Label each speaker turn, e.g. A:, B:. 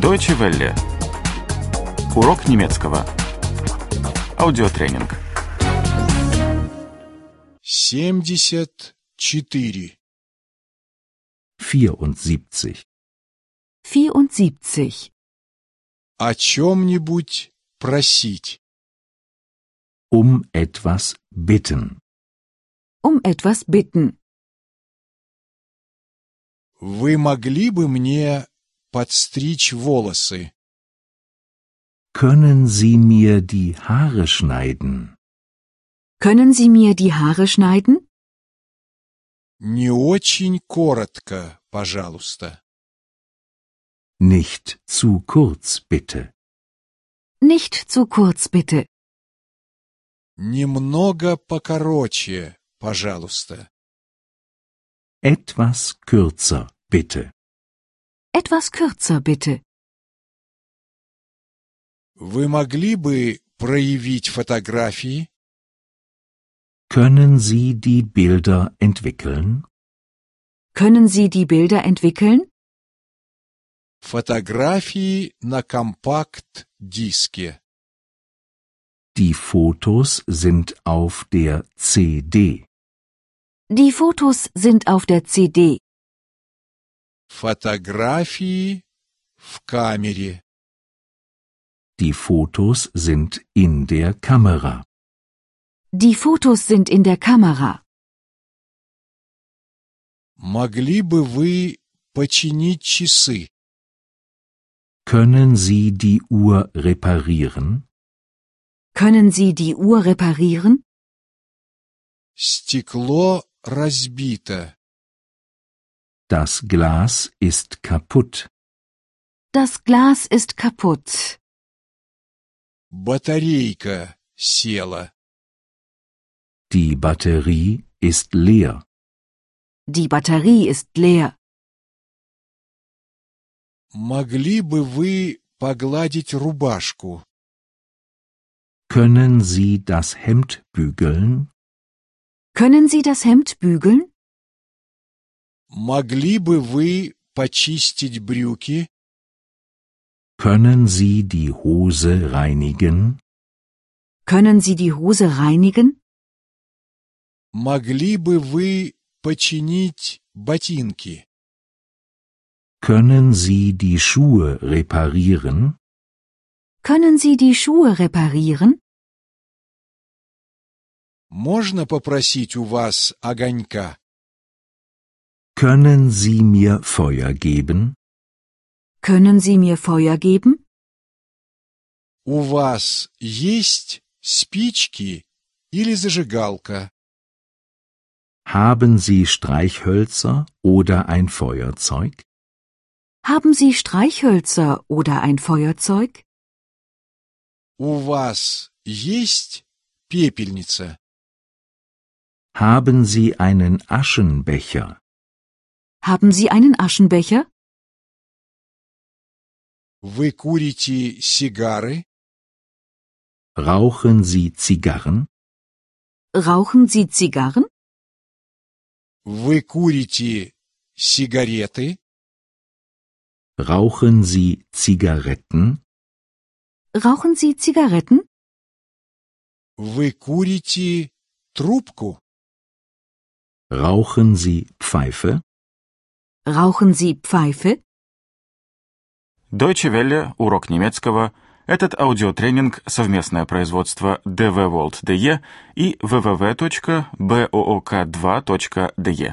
A: Deutsche Welle. Урок немецкого. Аудиотренинг.
B: 74.
C: 74.
D: 74.
B: О чем-нибудь просить.
C: Um etwas bitten.
D: Um etwas bitten.
B: Вы могли бы мне подстричь волосы?
C: Können Sie mir die Haare schneiden?
D: Können Sie mir die Haare schneiden?
B: Не очень коротко, пожалуйста.
C: Nicht zu kurz, bitte.
D: Nicht zu kurz, bitte.
B: Немного покороче, пожалуйста.
C: Etwas kürzer, bitte.
D: Etwas kürzer, bitte.
B: Вы могли бы проявить фотографии?
C: Können Sie die Bilder entwickeln?
D: Können Sie die Bilder entwickeln?
B: Фотографии на компакт-диске.
C: Die Fotos sind auf der CD.
D: Die Fotos sind auf der CD.
B: Фотографии в камере.
C: Die Fotos sind in der Kamera.
D: Die Fotos sind in der Kamera.
B: Могли бы вы починить часы?
C: Können Sie die Uhr reparieren?
D: Können Sie die Uhr reparieren?
B: Стекло разбито.
C: Das Glas ist kaputt.
D: Das Glas ist kaputt.
B: Батарейка села.
C: Die Batterie ist leer.
D: Die Batterie ist leer.
B: Могли бы вы погладить рубашку?
C: Können Sie das Hemd bügeln?
D: Können Sie das Hemd bügeln?
B: Могли бы вы почистить брюки?
C: Können Sie die Hose reinigen?
D: Können Sie die Hose reinigen?
B: Могли бы вы починить ботинки?
C: Können Sie die Schuhe reparieren?
D: Können Sie die Schuhe reparieren?
B: Можно попросить у вас огонька?
C: Können Sie mir Feuer geben?
D: Können Sie mir Feuer geben?
B: У вас есть спички или зажигалка?
C: Haben Sie Streichhölzer oder ein Feuerzeug?
D: Haben Sie Streichhölzer oder ein Feuerzeug?
B: У вас есть пепельница?
C: Haben Sie einen Aschenbecher?
D: Haben Sie einen Aschenbecher?
B: Вы курите сигары?
C: Rauchen Sie Zigarren?
D: Rauchen Sie Zigarren?
B: Вы курите сигареты?
C: Rauchen Sie Zigaretten?
D: Rauchen Sie Zigaretten?
B: Вы курите трубку?
C: Rauchen Sie Pfeife?
D: Rauchen Sie Pfeife?
A: Deutsche Welle. Урок немецкого. Этот аудиотренинг – совместное производство DW World DE и www.book2.de.